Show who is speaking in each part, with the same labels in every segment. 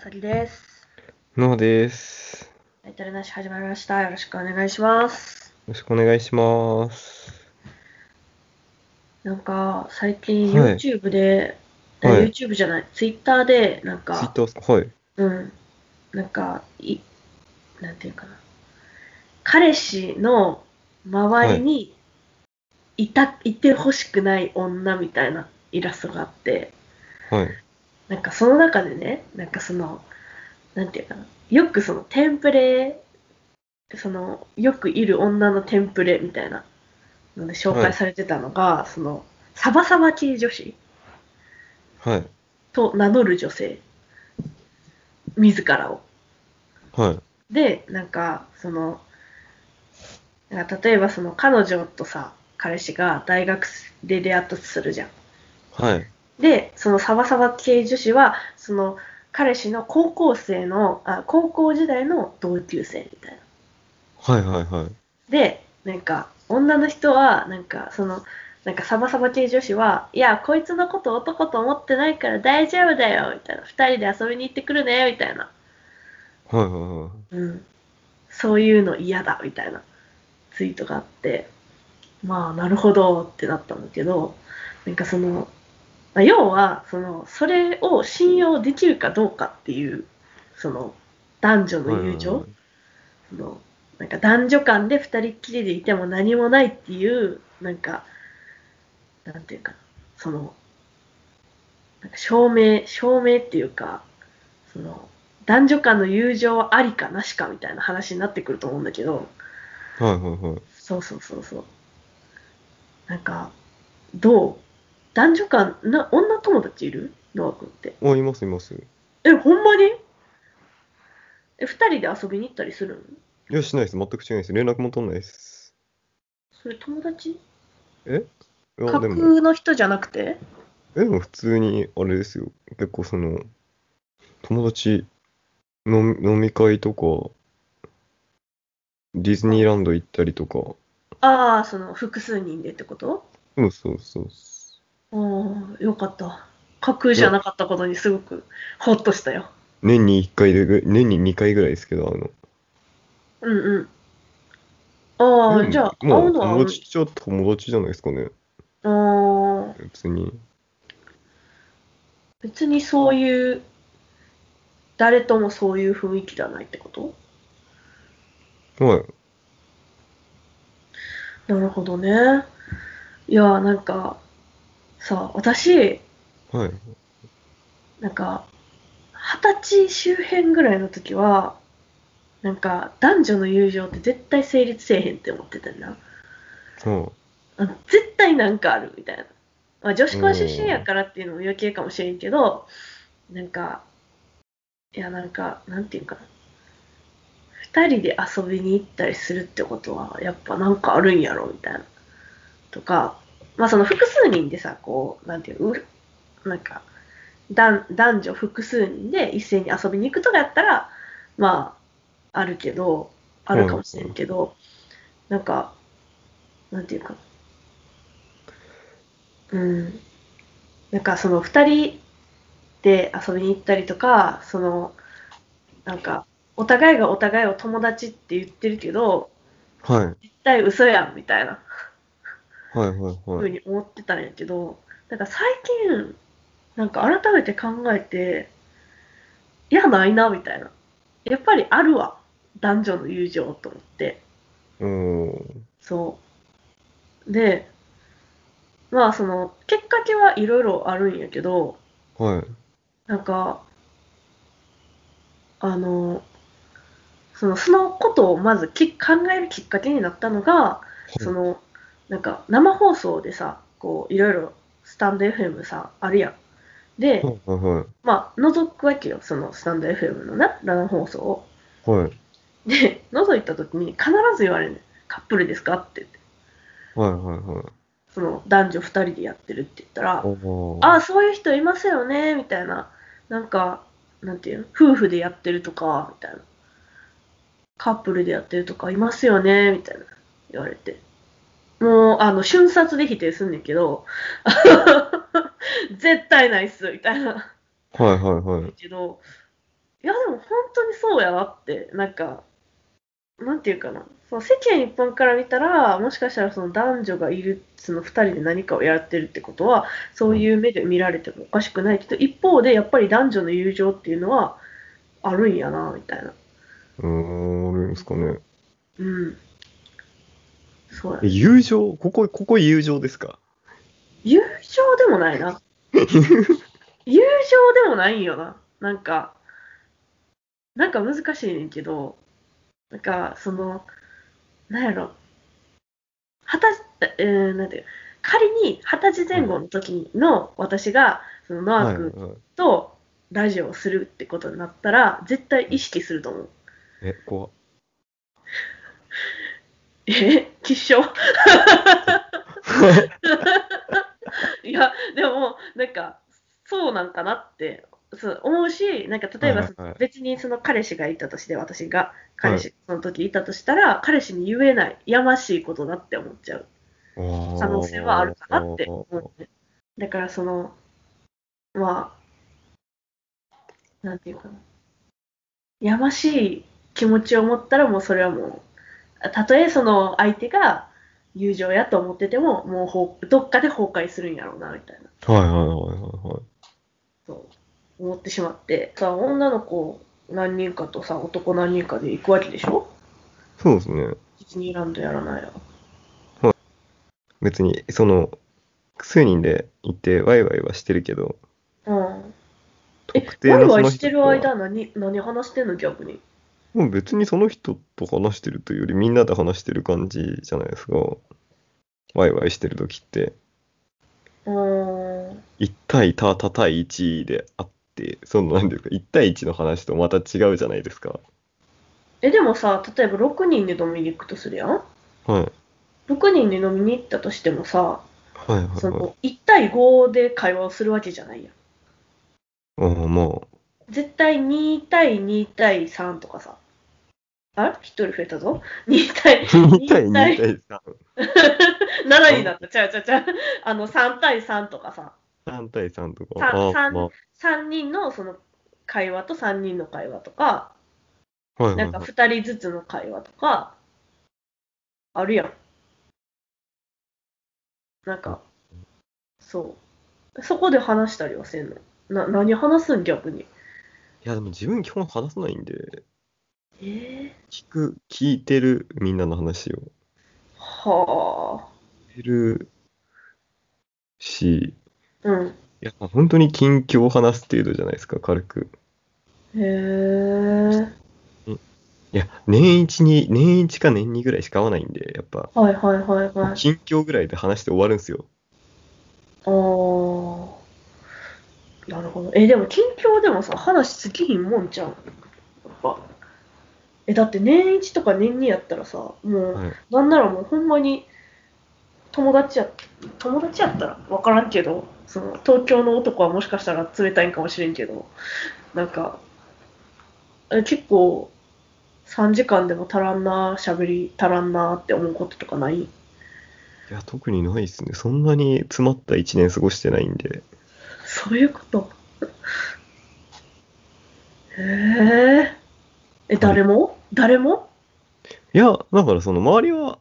Speaker 1: さきです。
Speaker 2: のです。
Speaker 1: タイトルなし始まりました。よろしくお願いします。
Speaker 2: よろしくお願いします。
Speaker 1: なんか、最近
Speaker 2: はい
Speaker 1: YouTube で、え
Speaker 2: はい
Speaker 1: YouTube じゃない、Twitter で、なん
Speaker 2: ツイッ
Speaker 1: か、
Speaker 2: ターっすかはい。
Speaker 1: うん、なんか、い、なんていうかな。彼氏の周りにいた、い、てほしくない女みたいなイラストがあって、
Speaker 2: はい。
Speaker 1: なんかその中でね、なんかその、なんていうかな、よくそのテンプレ、その、よくいる女のテンプレみたいなので紹介されてたのが、その、サバサバ系女子
Speaker 2: はい。
Speaker 1: と名乗る女性、自らを。
Speaker 2: はい。
Speaker 1: で、なんか、その、なんか例えばその彼女とさ、彼氏が大学で出会ったとするじゃん。
Speaker 2: はい。
Speaker 1: で、そのサバサバ系女子は、その彼氏の高校生の、あ高校時代の同級生みたいな。
Speaker 2: はい。はい。はい。
Speaker 1: で、なんか、女の人は、なんか、その、なんかサバサバ系女子は、いや、こいつのこと男と思ってないから大丈夫だよ、みたいな。二人で遊びに行ってくるね、みたいな。
Speaker 2: はい。は
Speaker 1: うん。そういうの嫌だ、みたいなツイートがあって、まあ、なるほどってなったんだけど、なんかその、まあ要は、その、それを信用できるかどうかっていう、その、男女
Speaker 2: い。はい。
Speaker 1: の友情、
Speaker 2: はい
Speaker 1: その、なんか男女間で二人っきりでいても何もないっていう、なんか、なんていうかな、その、なんか証明、証明っていうか、その、男女間の友情はありかなしかみたいな話になってくると思うんだけど、
Speaker 2: はい。はい。はい。
Speaker 1: そうそうそうそう。なんか、どう男女間、な、女友達いるノア君って。
Speaker 2: お、います。います。
Speaker 1: え、ほんまにえ、二人で遊びに行ったりするの
Speaker 2: いや、しないです。全く違いです。連絡も取んないです。
Speaker 1: それ友達
Speaker 2: いや、
Speaker 1: 架
Speaker 2: でも、
Speaker 1: 空の人じゃなくて
Speaker 2: えでも普通に、あれですよ。結構その、友達の飲み会とか、ディズニーランド行ったりとか、
Speaker 1: ああ、その複数人でってこと
Speaker 2: そうそうそう。
Speaker 1: ああ、よかった。架空じゃなかったことにすごくほっとしたよ。
Speaker 2: 年に1回でぐ、年に2回ぐらいですけど、あの、
Speaker 1: うんうん。ああ、
Speaker 2: うん
Speaker 1: じゃあ、会
Speaker 2: まあ、
Speaker 1: うのは会
Speaker 2: 友
Speaker 1: う
Speaker 2: 達っちゃ友達じゃないですかね、
Speaker 1: ああ、
Speaker 2: 別に。
Speaker 1: 別にそういう、誰ともそういう雰囲気じゃないってこと
Speaker 2: はい。
Speaker 1: なるほどね。いやー、なんか、さ、私、
Speaker 2: はい。
Speaker 1: なんか、二十歳周辺ぐらいの時は、なんか、男女の友情って絶対成立せえへんって思ってたんだ。
Speaker 2: は
Speaker 1: あの絶対なんかあるみたいな、まあ、女子校出身やからっていうのも余計かもしれんけどなんかいやなんかなんていうかな2人で遊びに行ったりするってことはやっぱなんかあるんやろみたいなとかまあその複数人でさこうなんていううなんか男男女複数人で一斉に遊びに行くとかやったらまああるけどあるかもしれんけど、なんかなんていうかうんなんかその2人で遊びに行ったりとかそのなんかお互いがお互いを友達って言ってるけど
Speaker 2: い。はい。
Speaker 1: 絶対嘘やんみたいな
Speaker 2: はい。はい。
Speaker 1: ふ
Speaker 2: は
Speaker 1: う
Speaker 2: い。
Speaker 1: に思ってたんやけどなんか最近なんか改めて考えていやないなみたいなやっぱりあるわ男女の友情と思って
Speaker 2: おー。
Speaker 1: そうでまあそのきっかけはいろいろあるんやけど、
Speaker 2: はい。
Speaker 1: なんか、あの、そのそのことをまずき考えるきっかけになったのが、その、なんか生放送でさ、こう、いろいろスタンド FM さ、あるやん。で、
Speaker 2: はい。は
Speaker 1: まあ、覗くわけよ、そのスタンド FM のね、生放送を。
Speaker 2: い。はい。
Speaker 1: で、覗いた時に必ず言われるねん。カップルですかって言って。
Speaker 2: はい。はい。はい。
Speaker 1: その男女二人でやってるって言ったら、
Speaker 2: おー。
Speaker 1: あそういう人いますよねみたいななんかなんていうの夫婦でやってるとかみたいなカップルでやってるとかいますよねみたいな言われてもうあの瞬殺で否定すんねんけど 絶対ないっすみたいな
Speaker 2: はい。はい。はい。
Speaker 1: けどいや、でも本当にそうやなって、なんか、なんていうかな、その世間一般から見たら、もしかしたらその男女がいる、その2人で何かをやってるってことは、そういう目で見られてもおかしくないけど、一方でやっぱり男女の友情っていうのはあるんやな、みたいな。
Speaker 2: うーん、あるんですかね。
Speaker 1: うん。そうや
Speaker 2: え。友情ここ、ここ友情ですか
Speaker 1: 友情でもない な。友情でもないんよな。なんか、なんか難しいねんけど、なんか、その、なんやろ、二十歳、えー、なんていう、仮に二十歳前後の時の私が、そのノア
Speaker 2: はい
Speaker 1: 君
Speaker 2: はい。
Speaker 1: とラジオをするってことになったら、絶対意識すると思う。
Speaker 2: え、 怖っ
Speaker 1: え 吉祥いやでもなんかそうなんかなってそう思うしなんか例えば、
Speaker 2: はいはいはい
Speaker 1: 別にその彼氏がいたとして私が彼氏その時いたとしたら、彼氏に言えないやましいことだって思っちゃう
Speaker 2: 可
Speaker 1: 可能性はあるかなって思うねだからそのまあなんていうかなやましい気持ちを持ったらもうそれはもうたとえその相手が友情やと思っててももうほどっかで崩壊するんやろうなみたいな
Speaker 2: はいはいはいはいはい。
Speaker 1: そう思ってしまってさ女の子何人かとさ男何人かで行くわけでしょ
Speaker 2: そうですね。
Speaker 1: ディズニーランドやらないや
Speaker 2: 別に、その、数人で行ってワイワイはしてるけど、
Speaker 1: うんえ
Speaker 2: 特定
Speaker 1: ワイ
Speaker 2: のそ
Speaker 1: ワ
Speaker 2: の
Speaker 1: イ
Speaker 2: 人
Speaker 1: してる間何何話してんの逆に
Speaker 2: もう別にその人と話してるというより、みんなで話してる感じじゃないですか。ワイワイしてる時って、
Speaker 1: うーん
Speaker 2: 1対多多対1であって、その何ですか、1対1の話とまた違うじゃないですか。
Speaker 1: えでもさ例えば6人で飲みに行くとするやん
Speaker 2: はい。
Speaker 1: 6人で飲みに行ったとしてもさ
Speaker 2: はいはい
Speaker 1: そ
Speaker 2: はい。
Speaker 1: の1対5で会話をするわけじゃないやん
Speaker 2: ああ、まあ。
Speaker 1: 絶対2対2対3とかさあれ ?1 人増えたぞ2対
Speaker 2: 2対2
Speaker 1: 2対
Speaker 2: 対3。
Speaker 1: 7になったちゃうちゃうちゃう あの3対3とかさ
Speaker 2: 3対3とか。
Speaker 1: さ
Speaker 2: ああ、
Speaker 1: さん
Speaker 2: ま
Speaker 1: 3人のその会話と3人の会話とか
Speaker 2: あ。はいはい
Speaker 1: なんか
Speaker 2: はい。
Speaker 1: 2人ずつの会話とかあるやん。なんか、そう。そこで話したりはせんの。な何話すん逆に。
Speaker 2: いや、でも自分基本話さないんで、
Speaker 1: え
Speaker 2: 聞く、聞いてるみんなの話を。
Speaker 1: ー、は
Speaker 2: 聞いてるし、
Speaker 1: あ。うん。
Speaker 2: いや、まあ本当に近況を話す程度じゃないですか、軽く。
Speaker 1: へえ。
Speaker 2: いや、年一に、年一か年二ぐらいしか会わないんで、やっぱ、
Speaker 1: はいはいはいはい。
Speaker 2: 近況ぐらいで話して終わるんですよ。
Speaker 1: あー。なるほど。え、でも近況でもさ、話尽きひんもんちゃうやっぱ。え、だって年1とか年2やったらさ、もう、
Speaker 2: はい。
Speaker 1: なんならもうほんまに友達や友達やったら分からんけどその東京の男はもしかしたら冷たいんかもしれんけどなんかえ結構3時間でも足らんな喋り足らんなって思うこととかない
Speaker 2: いや、特にないっすね。そんなに詰まった一年過ごしてないんで。
Speaker 1: そういうことへええ誰も、誰も
Speaker 2: いや、だからその周りは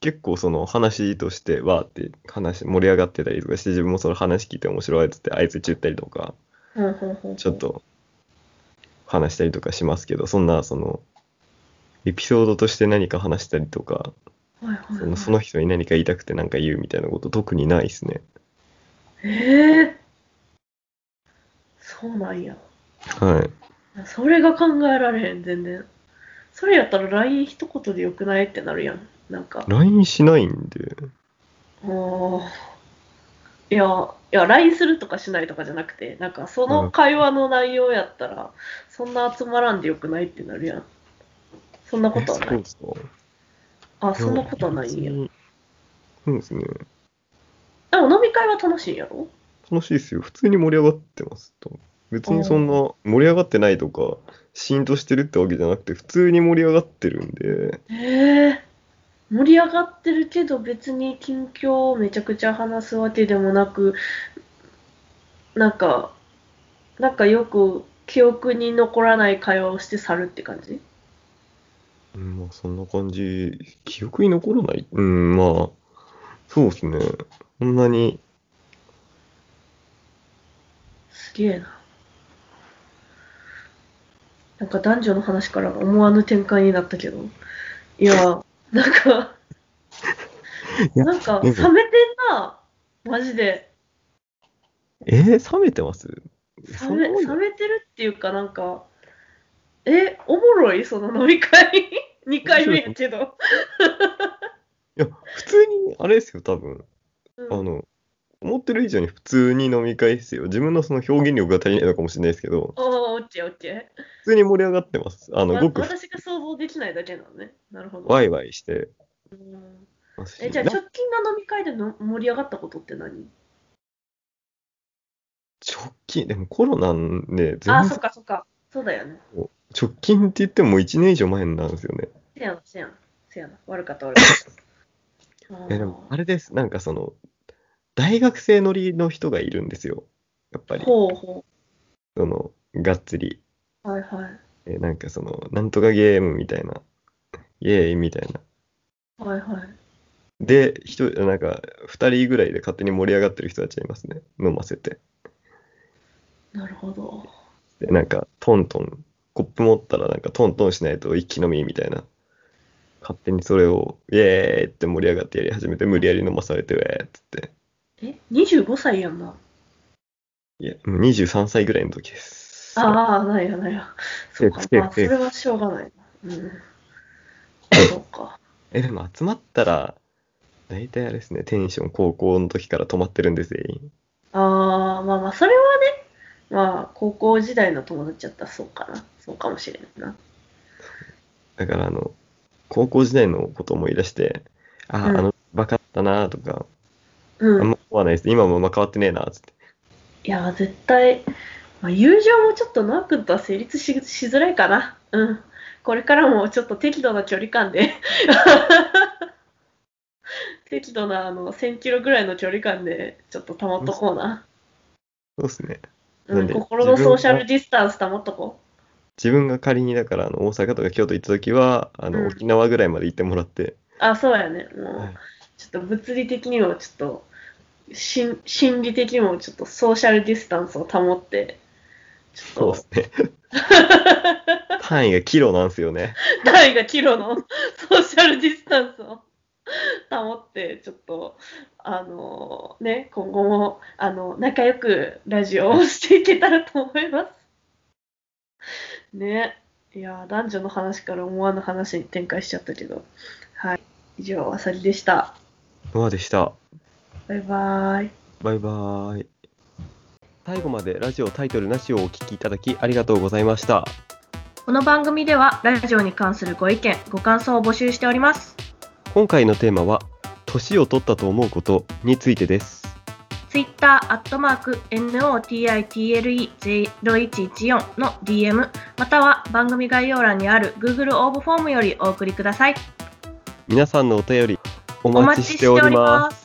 Speaker 2: 結構その話としてわーって話盛り上がってたりとかして自分もその話聞いて面白いっつってあいつ言ったりとか
Speaker 1: うんうんうんうん
Speaker 2: ちょっと話したりとかしますけどそんなそのエピソードとして何か話したりとか
Speaker 1: はいはいはい
Speaker 2: そのその人に何か言いたくて何か言うみたいなこと特にないですね。
Speaker 1: へえそうなんや
Speaker 2: はい。
Speaker 1: それが考えられへん、全然。それやったら LINE 一言でよくないってなるやん。なんか。
Speaker 2: LINE しないんで。
Speaker 1: もういや、いや、LINE するとかしないとかじゃなくて、なんかその会話の内容やったら、そんな集まらんでよくないってなるやん。そんなことはな
Speaker 2: えそう
Speaker 1: い。
Speaker 2: ですか
Speaker 1: あ、そんなことはないんや。
Speaker 2: 別にそうですね。
Speaker 1: でも飲み会は楽しいんやろ
Speaker 2: 楽しいですよ。普通に盛り上がってます。多分別にそんな盛り上がってないとか、浸透してるってわけじゃなくて、普通に盛り上がってるんで、
Speaker 1: へえ。盛り上がってるけど別に近況をめちゃくちゃ話すわけでもなくなんかなんかよく記憶に残らない会話をして去るって感じ
Speaker 2: うんまあ、そんな感じ。記憶に残らないうん、まあ、そうですね。そんなに、、
Speaker 1: すげえな。なんか男女の話から思わぬ展開になったけど。いや、なんか
Speaker 2: いや
Speaker 1: なんか、
Speaker 2: で
Speaker 1: 冷め
Speaker 2: も
Speaker 1: てんな。マジで。
Speaker 2: えー、冷めてますそ
Speaker 1: 冷
Speaker 2: ん
Speaker 1: め
Speaker 2: なもん
Speaker 1: 冷
Speaker 2: じゃ
Speaker 1: めてるっていうか、なんか、え、おもろいその飲み会 ?2 回目やけど。
Speaker 2: いや、普通に、あれですよ、多分。
Speaker 1: う
Speaker 2: あ
Speaker 1: ん、
Speaker 2: の、思ってる以上に普通に飲み会ですよ。自分のその表現力が足りないのかもしれないですけど、
Speaker 1: おー、オッケーオッケー。
Speaker 2: 普通に盛り上がってます。あの、
Speaker 1: わ
Speaker 2: ごく
Speaker 1: 私が想像できないだけなのね。なるほど。
Speaker 2: ワイワイして
Speaker 1: うん
Speaker 2: ますし
Speaker 1: えじゃあ
Speaker 2: な
Speaker 1: 直近の飲み会での盛り上がったことって何
Speaker 2: 直近、でもコロナなんで、全
Speaker 1: あ
Speaker 2: 然
Speaker 1: そっかそっかそうだよね
Speaker 2: 直近って言っても1年以上前なんですよね。
Speaker 1: せやなせやなせやな悪かった悪かったあ
Speaker 2: い
Speaker 1: ー
Speaker 2: やでもあれです、なんかその、大学生乗りの人がいるんですよ、やっぱり、
Speaker 1: ほうほ
Speaker 2: その、がっつり、
Speaker 1: うはいはい
Speaker 2: えなんかその、なんとかゲームみたいな、イエーイみたいな。
Speaker 1: はいはい
Speaker 2: で、一人、なんか、二人ぐらいで勝手に盛り上がってる人たちがいますね、飲ませて。
Speaker 1: なるほど
Speaker 2: で、なんか、トントン、コップ持ったら、なんか、トントンしないと一気飲みみたいな。勝手にそれを、イエーイって盛り上がってやり始めて、無理やり飲まされて、ウェーっつって。
Speaker 1: え25歳やんない
Speaker 2: や、もう23歳ぐらいの時です。
Speaker 1: ああなんやなんやそ
Speaker 2: セー
Speaker 1: う
Speaker 2: フ
Speaker 1: か
Speaker 2: セー
Speaker 1: まあ
Speaker 2: フ
Speaker 1: そ
Speaker 2: セーフ
Speaker 1: れはしょうがないなうん そうか
Speaker 2: え、でも集まったら、大体あれですね、テンション高校の時から止まってるんで全員。
Speaker 1: ああまあまあそれはねまあ高校時代の友達やったらそうかなそうかもしれんな
Speaker 2: だからあの、高校時代のことを思い出して、ああ、
Speaker 1: うん
Speaker 2: あの、バカだったなとか、あ
Speaker 1: うん
Speaker 2: んま思わないです。今もあんま変わってねえなつって。
Speaker 1: いや、絶対、まあ、友情もちょっとなくんとは成立ししづらいかな。うん。これからもちょっと適度な距離感で 適度なあの1000キロぐらいの距離感でちょっと保っとこうな。
Speaker 2: そうですね。
Speaker 1: う
Speaker 2: なん
Speaker 1: ん、
Speaker 2: で
Speaker 1: 心のソーシャルディスタンス保っとこ
Speaker 2: 自分が仮にだから、あの、大阪とか京都行った時は、あ
Speaker 1: う
Speaker 2: の、
Speaker 1: ん
Speaker 2: 沖縄ぐらいまで行ってもらって、
Speaker 1: う。あ、そうやね。
Speaker 2: は
Speaker 1: も、
Speaker 2: いう
Speaker 1: ちょっと物理的にもちょっと、しん心理的にもちょっとソーシャルディスタンスを保って、ち
Speaker 2: そ
Speaker 1: ょ
Speaker 2: う
Speaker 1: っ
Speaker 2: で
Speaker 1: と
Speaker 2: すね。単位がキロなんですよね。
Speaker 1: 単位がキロの ソーシャルディスタンスを保って、ちょっと、あのね、今後も、あの、仲良くラジオをしていけたらと思います。ね。いやー、男女の話から思わぬ話に展開しちゃったけど。はい。以上、あさりでした。
Speaker 2: ノアでした。
Speaker 1: バイバーイ。
Speaker 2: バイバーイ。最後までラジオタイトルなしをお聞きいただきありがとうございました。
Speaker 1: この番組では、ラジオに関するご意見、ご感想を募集しております。
Speaker 2: 今回のテーマは「年を取ったと思うこと」についてです
Speaker 1: ツイッターアットマーク NOTITLE0114 の DM または番組概要欄にある Google 応募フォームよりお送りください。
Speaker 2: 皆さんのお便りお
Speaker 1: お
Speaker 2: 待
Speaker 1: 待
Speaker 2: ち
Speaker 1: ちし
Speaker 2: し
Speaker 1: てて
Speaker 2: お
Speaker 1: お
Speaker 2: り
Speaker 1: り
Speaker 2: ます
Speaker 1: ます。